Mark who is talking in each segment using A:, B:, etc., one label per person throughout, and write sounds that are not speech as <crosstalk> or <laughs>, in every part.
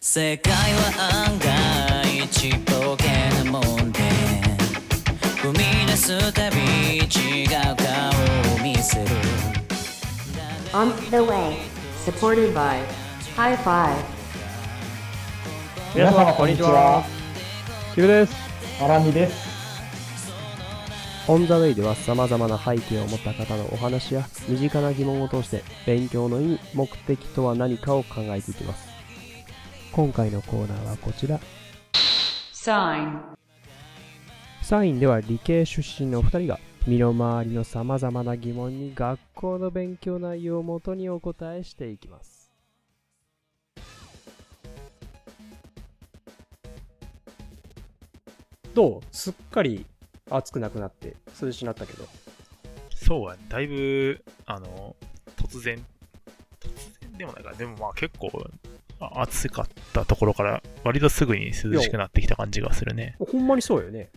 A: 世界は案外ちっぽけなもんで踏み出すたび違う顔を見せる
B: On the way, supported by High Five.
C: 皆様こんにちは。
D: キムです。
C: アラミです。
E: オン・ザ・ウェイでは様々な背景を持った方のお話や身近な疑問を通して勉強の意味、目的とは何かを考えていきます。今回のコーナーはこちら。
B: Sign.
E: サインでは理系出身のお二人が身の回りの様々な疑問に学校の勉強内容をもとにお答えしていきます。どうすっかり暑くなくなって涼しになったけど。
F: そうやね、だいぶ、あの、突然、突然でもないか、でもまあ結構、あ暑かったところから、割とすぐに涼しくなってきた感じがするね。
D: ほんまにそうよね。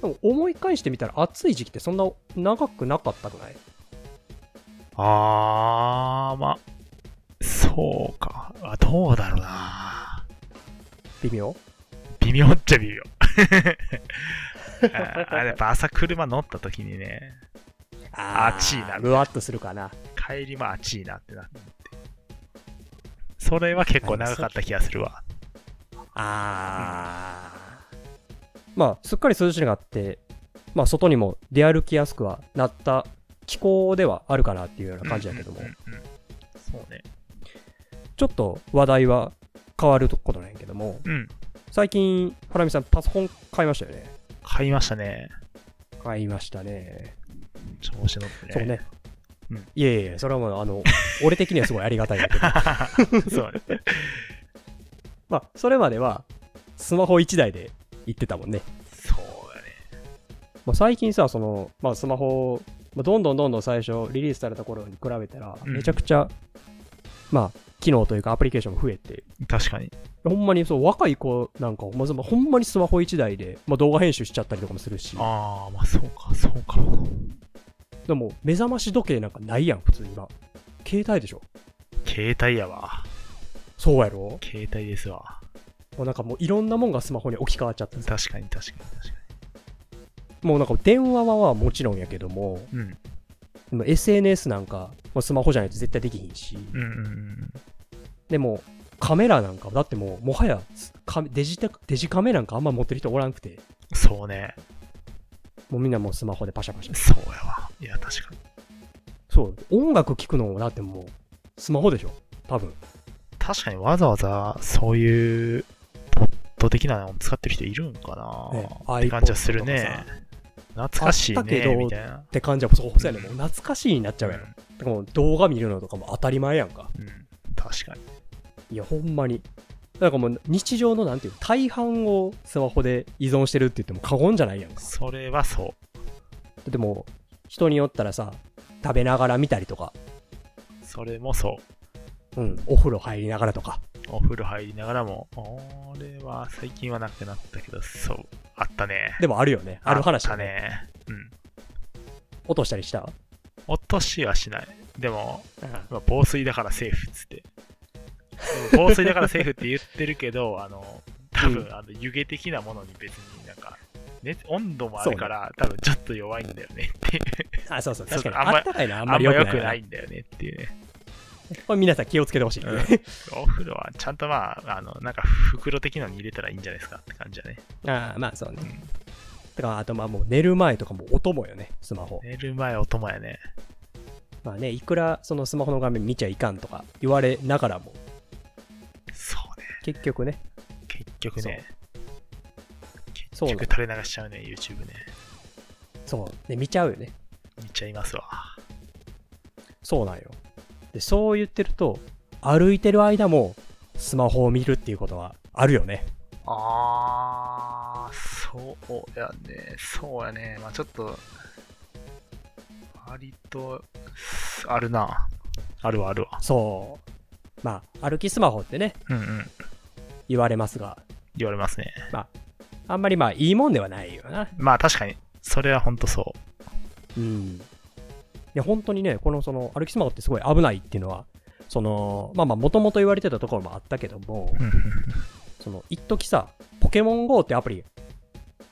D: でも思い返してみたら暑い時期ってそんな長くなかったくない
F: あー、まあ、そうか。あどうだろうな。
D: 微妙
F: 微妙っちゃ微 <laughs> 妙。ああれやっぱ朝車乗った時にね、
D: あ
F: 暑いな
D: むわっとするかな。
F: 帰りも暑いなってなって。それは結構長かった気がするわ。
D: あまあ、すっかり涼しくなって、まあ、外にも出歩きやすくはなった気候ではあるかなっていうような感じだけども
F: うんう、んうんそうね。
D: ちょっと話題は変わることなんやけども、
F: うん。
D: 最近、ハラミさん、パソコン買いましたよね。
F: 買いましたね。
D: 買いましたね。
F: 調子乗ってね。
D: そうね。
F: うん
D: いやいやいや、それはもう、あの、俺的にはすごいありがたいんだけど、
F: <laughs> そうね。
D: まあ、それまでは、スマホ1台で行ってたもんね。
F: そうだね。
D: まあ、最近さ、その、まあ、スマホ、まあ、どんどんどんどん最初、リリースされた頃に比べたら、
F: うん
D: めちゃくちゃ、まあ、機能というか、アプリケーションも増えて、
F: 確かに。
D: ほんまにそう若い子なんか、まあ、そのほんまにスマホ1台で、まあ、動画編集しちゃったりとかもするし、
F: ああ、まあそうか、そうか。
D: でも、目覚まし時計なんかないやん、普通には。携帯でしょ
F: 携帯やわ。
D: そうやろ
F: 携帯ですわ。
D: もうなんかもういろんなもんがスマホに置き換わっちゃってさ
F: 確かに、確かに、確か
D: もうなんか電話はもちろんやけども、
F: に。うん。
D: でも SNS なんか、まあ、スマホじゃないと絶対できひんし、
F: うんうんうん。
D: でもカメラなんか、だってもう、もはやカデジタデジカメなんかあんま持ってる人おらんくて、
F: そうね。
D: もうみんなもうスマホでパシャパシャ。
F: そうやわ。いや、確かに。
D: そう、音楽聴くのもだってもう、スマホでしょ多分。
F: 確かにわざわざ、そういう、ポット的なのを使ってる人いるんかな、
D: ね
F: って感じはするね
D: iPod。
F: 懐かしい
D: あったけ
F: ね、
D: ど
F: みたいな
D: っ。て感じは、そうそうやね。もう懐かしいになっちゃうやろ。だからもう動画見るのとかも当たり前やんか。
F: うん、うん確かに。
D: いや、ほんまに。だからもう日常のなんていうの大半をスマホで依存してるって言っても過言じゃないやんか。
F: それはそう。
D: でもう、人によったらさ、食べながら見たりとか、
F: それもそ
D: う
F: う。
D: ん、お風呂入りながらとか、
F: お風呂入りながらも、俺は最近はなくなったけど、そう、あったね。
D: でもあるよね。ある話
F: あ
D: だ
F: っ
D: ね。
F: たね。うん。
D: 落としたりした
F: 落としはしない。でも、まあ、防水だからセーフっつって。でも防水だからセーフって言ってるけど、 <laughs> あの、多分、あの湯気的なものに別になんか、熱温度もあるから、多分ちょっと弱いんだよねっていう。
D: あ、そうそう、確かに。
F: そうそうあんま
D: あったかいな、あ
F: あ
D: ん
F: ん
D: ま
F: ま
D: り
F: り
D: 良く
F: 良
D: ない
F: く
D: な。
F: ないんだよねっていうね。
D: これ皆さん気をつけてほしい、ね
F: お風呂はちゃんとまあ、あの、なんか袋的なのに入れたらいいんじゃないですかって感じだね。
D: ああ、まあそうね。だから、あとまあもう寝る前とかもお供よね、スマホ。
F: 寝る前、お供やね。
D: まあね、いくらそのスマホの画面見ちゃいかんとか言われながらも、
F: そうね。
D: 結局ね、
F: 結局ね。結
D: そうなの
F: 局垂れ流しちゃうね、YouTube ね。
D: そう、ね、見ちゃうよね。
F: 見ちゃいますわ。
D: そうなんよ。で、そう言ってると、歩いてる間もスマホを見るっていうことはあるよね。
F: あー、そうやね、そうやね。まあちょっと、割と、あるな。あるわ、あるわ。
D: そう。まあ、歩きスマホってね、
F: うんうん。
D: 言われますが、
F: 言われますね。
D: あんまりまあいいもんではないよな。
F: まあ確かに、それはほんとそ
D: うん。いや、本当にね、このその歩きスマホってすごい危ないっていうのは、その、まあまあ、もともと言われてたところもあったけども、その、一時さ、ポケモン GO ってアプリ、流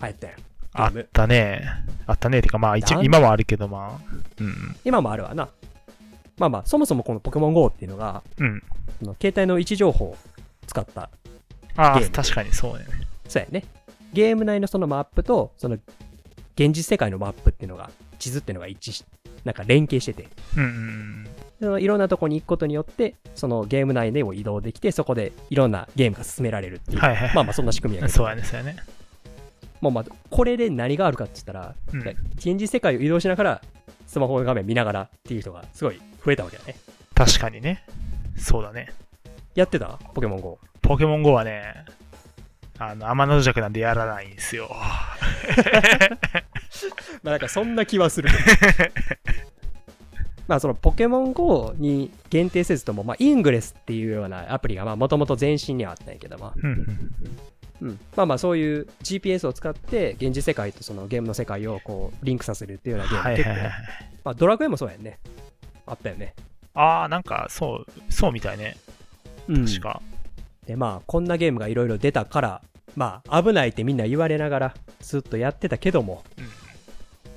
D: 行ったやん。
F: あったね。あったね。てか、まあ一応、
D: なん
F: 今はあるけど、まあ。うん。
D: 今もあるわな。まあまあ、そもそもこのポケモン GO っていうのが、
F: うん。
D: その携帯の位置情報を使った、ゲー
F: ああ、
D: ム
F: 確かにそうね。
D: そうやね。ゲーム内のそのマップと、その、現実世界のマップっていうのが、地図っていうのが一致し、なんか連携してて、
F: うんうん
D: そのいろんなとこに行くことによって、そのゲーム内でも移動できて、そこでいろんなゲームが進められるっていう、
F: はいはいはい
D: まあまあそんな仕組み
F: う
D: や
F: ん。
D: け <laughs> ど、
F: そうやね、そうやね。
D: もうまあこれで何があるかって言ったら、
F: うん
D: 現実世界を移動しながら、スマホの画面見ながらっていう人がすごい増えたわけだね。
F: 確かにね。そうだね。
D: やってたポケモン GO。
F: ポケモン GO はね、あの、天の弱なんでやらないんですよ。
D: まあなんかそんな気はする。 <laughs> まあそのポケモン GO に限定せずとも、まあイングレスっていうようなアプリがもともと前身にはあったんやけども、
F: うんうん
D: うん、まあまあそういう GPS を使って現実世界とそのゲームの世界をこうリンクさせるっていうようなゲーム、
F: はいはい
D: 結構
F: はい
D: ね。まあ、ドラクエもそうやんねあったよね
F: ああ、なんか、そう、そうみたいね。確か。
D: でまあこんなゲームがいろいろ出たからまあ危ないってみんな言われながらずっとやってたけども、
F: うん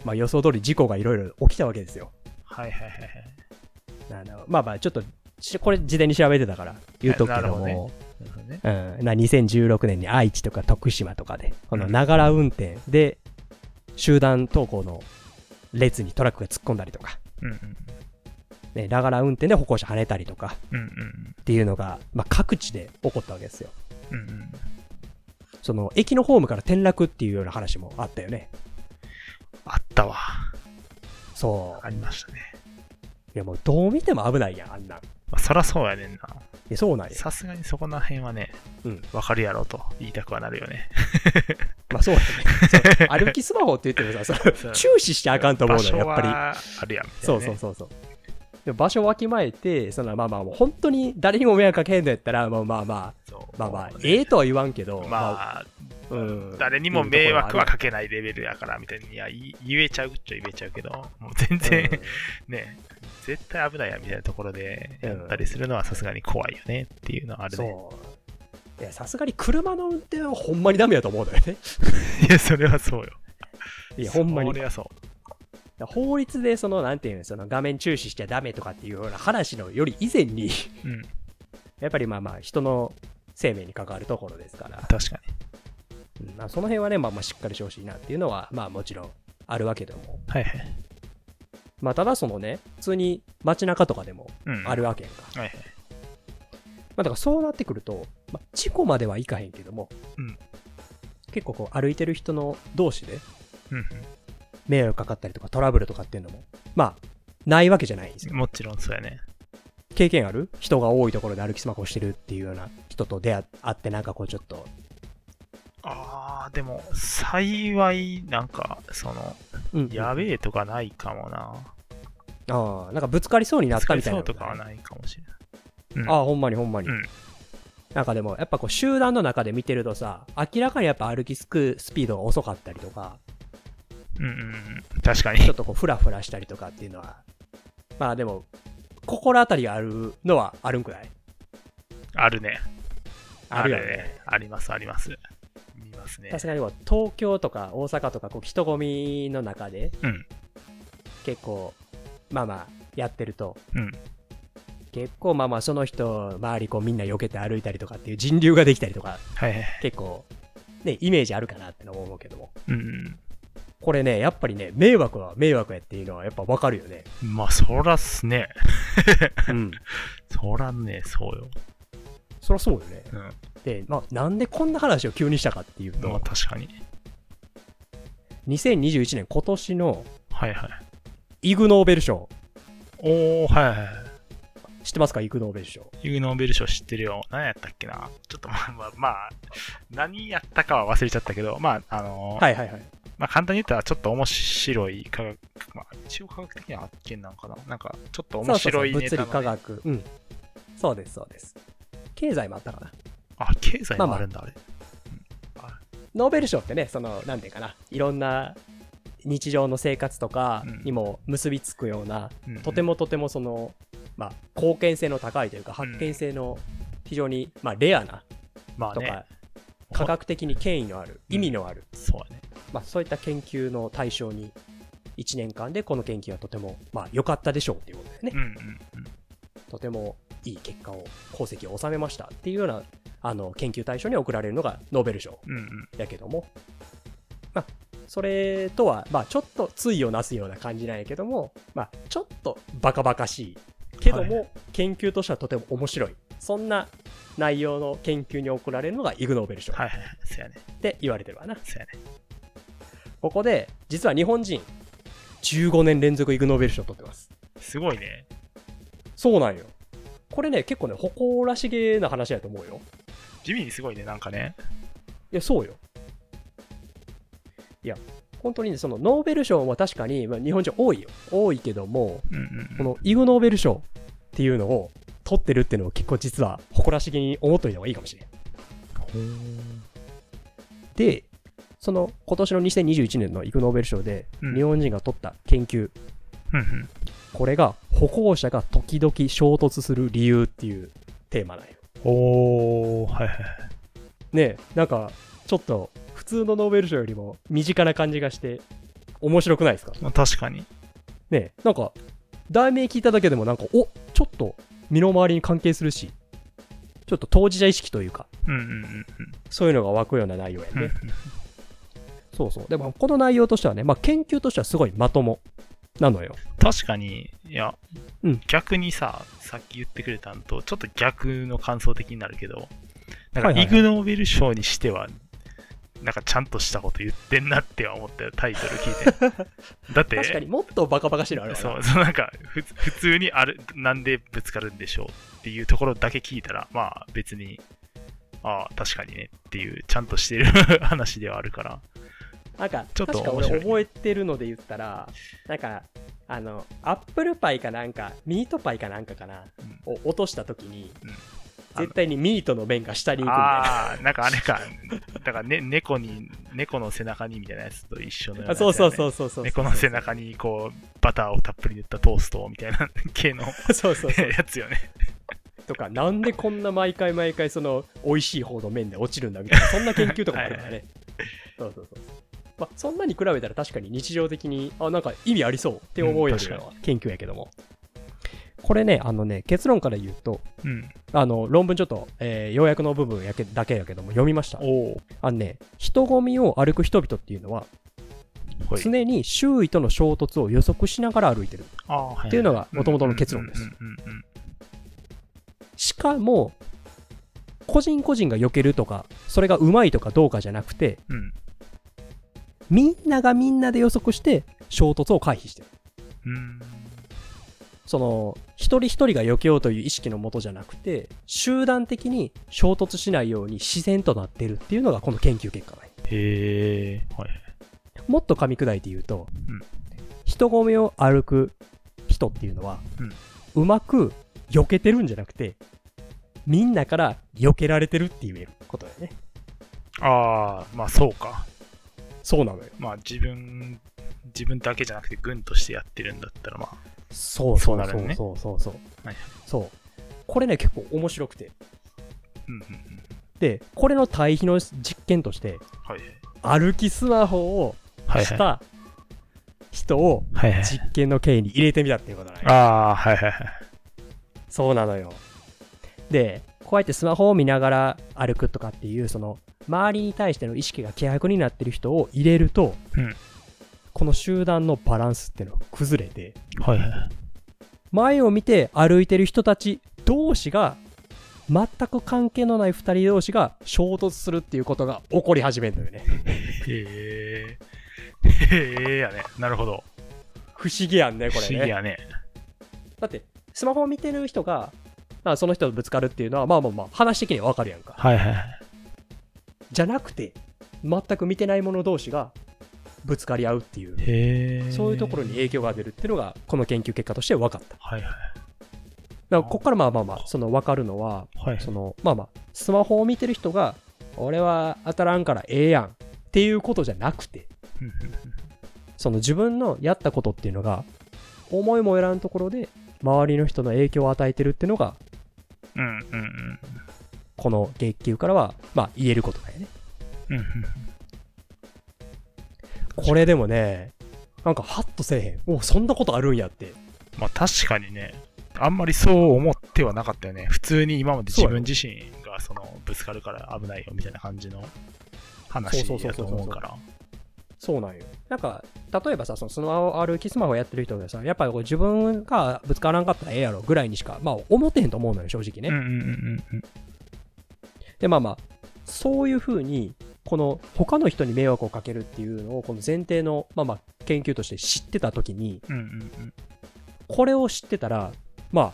D: まあ予想通り事故がいろいろ起きたわけですよ
F: はいはいはいはい。
D: あのまあまあちょっとしこれ事前に調べてたから言うとくけども
F: なるほなるほどね。
D: うん、な2016年に愛知とか徳島とかで、このながら運転で、集団登校の列にトラックが突っ込んだりとか、
F: うん
D: ねながら運転で歩行者跳ねたりとか
F: うん。うん
D: っていうのが、まあ、各地で起こったわけですよ。
F: うん。うんうん。
D: その、駅のホームから転落っていうような話もあったよね。
F: あったわ。
D: そう。
F: ありましたね。
D: いや、もうどう見ても危ないやん、あんなん。
F: まあ、そらそうやねんな。
D: えそうなんや。
F: さすがにそこら辺はね、
D: うん。
F: わかるやろと言いたくはなるよね。
D: まあ、そうやね。そう歩きスマホって言ってもさ、そ
F: そ
D: の
F: う
D: 注視してあかんと思うのよ、やっぱり。
F: 場所はあるやんみたい
D: そ
F: な
D: う
F: ね、
D: そうそうそう。でも場所をわきまえて、そのまあまあ、もう本当に誰にも迷惑かけへんのやったら、まあまあまあ、
F: そう
D: まあまあ
F: も、うね
D: ええとは言わんけど、あ、
F: まあ、
D: うん
F: 誰にも迷惑は
D: か
F: かけないレベルやからみたいにいやい言えちゃうっちゃ言えちゃうけど、もう全
D: け
F: 然、ね、絶対危ないやみたいなところで
D: うん
F: やったりするのはさすがに怖いよねっていうのはあるね。
D: そう。いや、さすがに車の運転はほんまにダメやと思うのよ
F: <laughs>
D: ね。
F: いや、それはそうよ。
D: いや、ほんまに
F: そ。れはそう。
D: 法律で、その、なんていうの、その画面注視しちゃダメとかっていうような話のより以前に、 <laughs>
F: うん、
D: やっぱりまあまあ、人の生命に関わるところですから。
F: 確かに。
D: うんまあ、その辺はね、まあまあしっかりしてほしいなっていうのは、まあもちろんあるわけでも。
F: はいはい。
D: まあただそのね、普通に街中とかでも
F: うん、
D: あるわけやんか。
F: はいはい。
D: まあだからそうなってくると、まあ、事故まではいかへんけども、
F: うん
D: 結構こう歩いてる人の同士で
F: うん
D: 迷惑かかったりとかトラブルとかっていうのも、まあないわけじゃないんです
F: う
D: よ
F: ん、。もちろんそうやね。
D: 経験ある人が多いところで歩きスマホしてるっていうような人と出会ってなんかこうちょっと、
F: ああ、でも、幸い、なんか、その、
D: うん
F: やべえとかないかもな。
D: ああ、なんかぶつかりそうになったみたいな
F: そう
D: のが
F: と
D: ね。
F: かはないかもしれない。うん、
D: ああ、ほんまにほんまに。
F: うん
D: なんかでも、やっぱこう集団の中で見てるとさ、明らかにやっぱ歩きスクスピードが遅かったりとか、
F: うんうんうん、確かに。
D: ちょっとこうフラフラしたりとかっていうのは、まあでも、心当たりがあるのはあるんくらい
F: あるね。
D: あるよ
F: あ
D: ね。
F: あります、あります。見ますね
D: さ。すがにこう東京とか大阪とかこう人混みの中で
F: うん。
D: 結構、まあまあやってると、
F: うん
D: 結構まあまあその人周りこうみんな避けて歩いたりとかっていう人流ができたりとか、
F: はいはい。
D: 結構ね、イメージあるかなってのも思うけども。
F: うん。
D: これね、やっぱりね、迷惑は迷惑やっていうのはやっぱわかるよね。
F: まあ、そらっすね。
D: うん。
F: そらね、そうよ。
D: そりゃそうよね。
F: うん。
D: で、まあ、なんでこんな話を急にしたかっていう
F: まあ、
D: と、
F: 確かに。
D: 2021年今年の
F: はいはい。
D: イグ・ノーベル賞。
F: おー、はいはいは
D: 知ってますかイグ・ノーベル賞。
F: い。イグノーベル賞知ってるよ。何やったっけな。ちょっとまあまあ、まあ、何やったかは忘れちゃったけど、まあ、あのー
D: はいはいはい。
F: まあ、簡単に言ったら、ちょっと面白い科学、まあ、一応科学的な発見なのかな。なんか、ちょっと面白い
D: そう
F: ネ
D: そうそう
F: タの、
D: 物理科
F: ね、
D: 学。うん。そうです、そうです。経済もあったかな。
F: あ、経済もあるんだ、あれ。
D: ノーベル賞ってね、その、なんていうかな、いろんな日常の生活とかにも結びつくような、
F: うん
D: とてもとてもその、まあ、貢献性の高いというか、発見性の非常に、まあ、レアな
F: まあ
D: と
F: ね
D: か、、科学的に権威のある、
F: うん
D: 意味のある、
F: そうだね。
D: まあ、そういった研究の対象に、1年間でこの研究はとても、まあ、良かったでしょうっていうことだよね
F: う。んうんうん。
D: とてもいい結果を、功績を収めましたっていうような、あの、研究対象に贈られるのがノーベル賞
F: うんうん。
D: やけども、まあ、それとは、まあ、ちょっと対をなすような感じなんやけども、まあ、ちょっとバカバカしいけども、研究としてはとても面白い。そんな内容の研究に贈られるのがイグノーベル賞っ
F: はいはいはい。そうやね。
D: て言われてるわな。
F: そうやね。
D: ここで、実は日本人、15年連続イグノーベル賞取ってます。
F: すごいね。
D: そうなんよ。これね、結構ね、誇らしげな話やと思うよ。
F: 地味にすごいね、なんかね。
D: いや、そうよ。いや、本当にね、そのノーベル賞は確かに、まあ、日本人多いよ。多いけども、
F: うんう
D: こ
F: んうん。
D: のイグ・ノーベル賞っていうのを取ってるっていうのを結構実は誇らしげに思っといた方がいいかもしれん。で、その今年の2021年のイグ・ノーベル賞で
F: うん
D: 日本人が取った研究、
F: うんうん。
D: これが歩行者が時々衝突する理由っていうテーマなんよ。
F: おー、はいはいはい。
D: ねえなんかちょっと普通のノーベル賞よりも身近な感じがして面白くないですか
F: まあ確かに。
D: ねえなんか題名聞いただけでもなんかおちょっと身の回りに関係するしちょっと当事者意識というか
F: うんうんうん
D: そういうのが湧くような内容や
F: うん。
D: ね。そうそう。でもこの内容としてはね、まあ、研究としてはすごいまともなのよ。
F: 確かに、いや、
D: うん
F: 逆にさ、さっき言ってくれたんと、ちょっと逆の感想的になるけど、なん
D: はいはい
F: か、イ
D: はい
F: グ・ノーベル賞にしては、なんかちゃんとしたこと言ってんなっては思ったよ、タイトル聞い
D: <laughs>
F: て。だって、
D: 確かにもっとバカバカしいのあるわな
F: そう、そうなんかふ、普通にある、なんでぶつかるんでしょうっていうところだけ聞いたら、まあ別に、ああ、確かにねっていう、ちゃんとしてる <laughs> 話ではあるから。
D: なんか、
F: ちょっと
D: 確か
F: 面
D: 俺
F: 白い
D: 覚えてるので言ったら、なんか、あの、アップルパイかなんか、ミートパイかなんかかな、を落とした時に、
F: うん
D: 絶対にミートの面が下に行くみたいな。
F: ああ、なんかあれか、だから、ね、猫に、猫の背中にみたいなやつと一緒のような
D: あ
F: やつだ
D: そ
F: よ
D: う
F: ね、
D: そうそうそうそう。
F: 猫の背中にこう、バターをたっぷり塗ったトーストみたい
D: <laughs>
F: な系の
D: そうそうそう。
F: やつよね。
D: とか、なんでこんな毎回毎回、その、美味しい方の面で落ちるんだみたいな、そんな研究とかもある
F: <laughs>
D: からね。そうそうそう。まあ、そんなに比べたら確かに日常的に、あ、なんか意味ありそうって思うよう
F: うん
D: な
F: 確
D: 研究やけども。これね、あのね、結論から言うと、
F: うん。
D: あの、論文ちょっと、えー要約の部分やけだけやけども、読みました。
F: おお。
D: あのね、人混みを歩く人々っていうのは、
F: はい
D: 常に周囲との衝突を予測しながら歩いてる。
F: ああ、はい。
D: っていうのが元々の結論です
F: うんうんうんうん
D: しかも、個人個人が避けるとか、それがうまいとかどうかじゃなくて、
F: うん。うん
D: みんながみんなで予測して衝突を回避してる。
F: うん。
D: その、一人一人が避けようという意識のもとじゃなくて、集団的に衝突しないように自然となってるっていうのがこの研究結果だね。
F: へえ。はい。
D: もっと噛み砕いて言うと、
F: うん
D: 人混みを歩く人っていうのは、うまく避けてるんじゃなくて、みんなから避けられてるって言えることだよね。
F: ああ、まあそうか。
D: そうなのよ。
F: まあ自分、自分だけじゃなくて軍としてやってるんだったらまあ。
D: そう
F: そ
D: そうう
F: なる
D: そ
F: よ
D: う
F: ね
D: そうそうそう。
F: はいはい
D: そう。これね、結構面白くて。
F: うんうんうん。
D: で、これの対比の実験として、
F: はい
D: 歩きスマホを
F: はい。
D: し
F: はい
D: た人を
F: はい。はいはい。
D: 実験の経緯に入れてみたっていうことだね。
F: ああ、はいはいはい。
D: そうなのよ。で、こうやってスマホを見ながら歩くとかっていう、その、周りに対しての意識が希薄になってる人を入れると、
F: うん
D: この集団のバランスっていうのが崩れて、
F: はいはい。
D: 前を見て歩いてる人たち同士が、全く関係のない二人同士が衝突するっていうことが起こり始めるのよ
F: <laughs>
D: ね。
F: へえ。へえやね。なるほど。
D: 不思議やんね、これね。
F: 不思議やね。
D: だって、スマホを見てる人が、まあその人とぶつかるっていうのは、まあまあまあ、話的にはわかるやんか。
F: はいはいはい。
D: じゃなくて、全く見てない者同士がぶつかり合うっていう、
F: へえ。
D: そういうところに。影響が出るっていうのが、この研究結果として分かった。だか
F: はいはい。
D: ら、ここからまあまあまあ、その分かるのは、
F: はい。
D: その、まあまあ、スマホを見てる人が、俺は当たらんからええやんっていうことじゃなくて、
F: うんうんうん
D: その自分のやったことっていうのが、思いもよらんところで周りの人の影響を与えてるってのが、
F: うんうんうん
D: この月給からは、まあ、言えることだよね。
F: うんうん
D: これでもね、なんかハッとせえへん。おそんなことあるんやって。
F: まあ確かにね、あんまりそう思ってはなかったよね。普通に今まで自分自身がそのぶつかるから危ないよみたいな感じの話
D: そうそう
F: だ
D: そうそ
F: と
D: うそう
F: 思うから。
D: そうなんよ。なんか、例えばさ、そのスマホ歩きスマホやってる人がさ、やっぱりこう自分がぶつからんかったらええやろぐらいにしか、まあ思ってへんと思うのよ、正直
F: うん
D: ね。
F: うんうんうん
D: で、まあまあ、そういうふうに、この他の人に迷惑をかけるっていうのを、この前提の、まあまあ、研究として知ってた時に、
F: うんうんうん
D: これを知ってたら、まあ、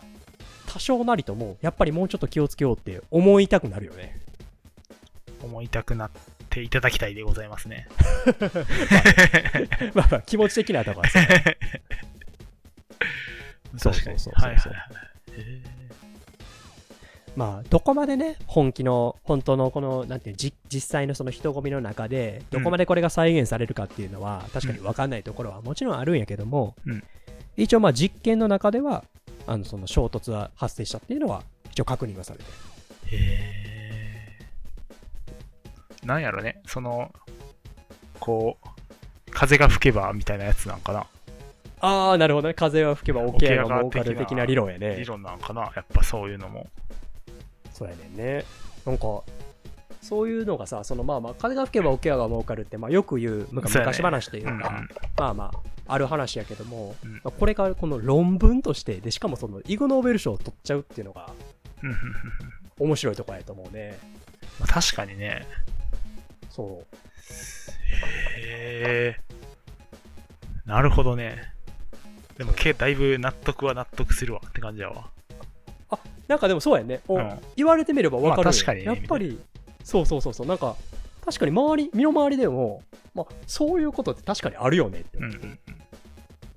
D: 多少なりとも、やっぱりもうちょっと気をつけようって思いたくなるよね。 <laughs>
F: うん。思いたくなっていただきたいでございますね。
D: まあまあ、気持ち的なとこはさ。そうそうそうそう
F: 確かにはいはいはいへ
D: まあ、どこまでね、本気の、本当のこの、なんていうじ、実際のその人混みの中で、どこまでこれが再現されるかっていうのは、確かに分かんないところはもちろんあるんやけども、
F: うん
D: 一応まあ実験の中では、あの、その衝突は発生したっていうのは、一応確認はされてる。
F: えへえ。なんやろね、その、こう、風が吹けばみたいなやつなんかな。
D: ああ、なるほどね。風は吹けばオケアが儲かる的な理論や
F: 理
D: ね。
F: 論なんかな、やっぱそういうのも。
D: そうやねんね。なんか、そういうのがさ、そのまあまあ、風が吹けばオケアが儲かるって、まあよく言う、むか
F: そうやね
D: 昔話という
F: う
D: か、
F: んうん
D: まあまあ、ある話やけども、
F: うん
D: まあ、これがこの論文として、で、しかもその、イグ・ノーベル賞を取っちゃうっていうのが、
F: うんうんうん
D: 面白いとこやと思うね。
F: まあ確かにね。
D: そう。
F: へえ。なるほどね。でも、けだいぶ納得は納得するわって感じやわ。
D: なんかでもそうやね。お
F: うん
D: 言われてみればわかるよ、
F: まあ確かにね
D: やっぱり、そうそうそうそう、なんか、確かに周り、身の回りでも、まあ、そういうことって確かにあるよねって
F: うん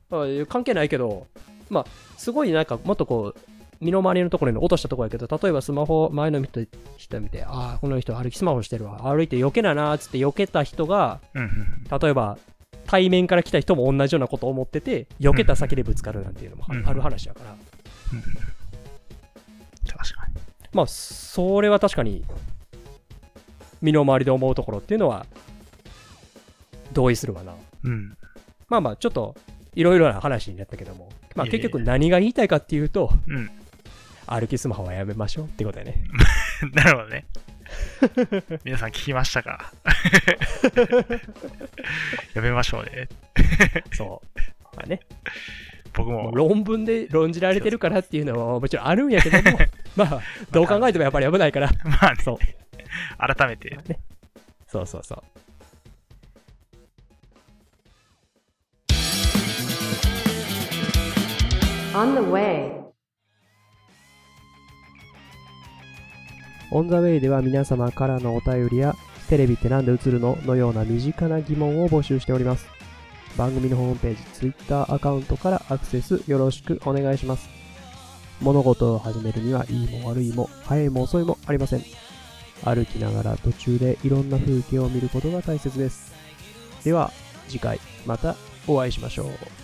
F: うん。
D: あいや関係ないけど、まあ、すごいなんか、もっとこう、身の回りのところに落としたところやけど、例えばスマホ、前の人人見て、ああ、この人歩きスマホしてるわ、歩いて避けなな、つって避けた人が、
F: うんうん
D: 例えば、対面から来た人も同じようなことを思ってて、避けた先でぶつかるなんていうのもあ
F: うん
D: ある話だから、
F: 確かに。
D: まあ、それは確かに、身の回りで思うところっていうのは、同意するわな。
F: うん。
D: まあまあ、ちょっと、いろいろな話になったけども、まあ
F: いえいえ
D: 結局何が言いたいかっていうと、
F: うん。 <laughs>
D: 歩きスマホはやめましょうってことやね。
F: なるほ
D: <laughs>
F: どね。皆さん聞きましたか <laughs> やめましょうね。
D: そう。まあね、
F: 僕
D: も
F: も
D: う。論文で論じられてるからっていうのはもちろんあるんやけども、まあ、どう考えてもやっぱり危ないから、
F: まあね、
D: そう。
F: <laughs> 改めて。
D: そうそうそう。
B: On the way.
E: オン・ザ・ウェイでは皆様からのお便りや、テレビってなんで映るののような身近な疑問を募集しております。番組のホームページ、Twitter アカウントからアクセスよろしくお願いします。物事を始めるには、いいも悪いも、早いも遅いもありません。歩きながら途中でいろんな風景を見ることが大切です。では、次回またお会いしましょう。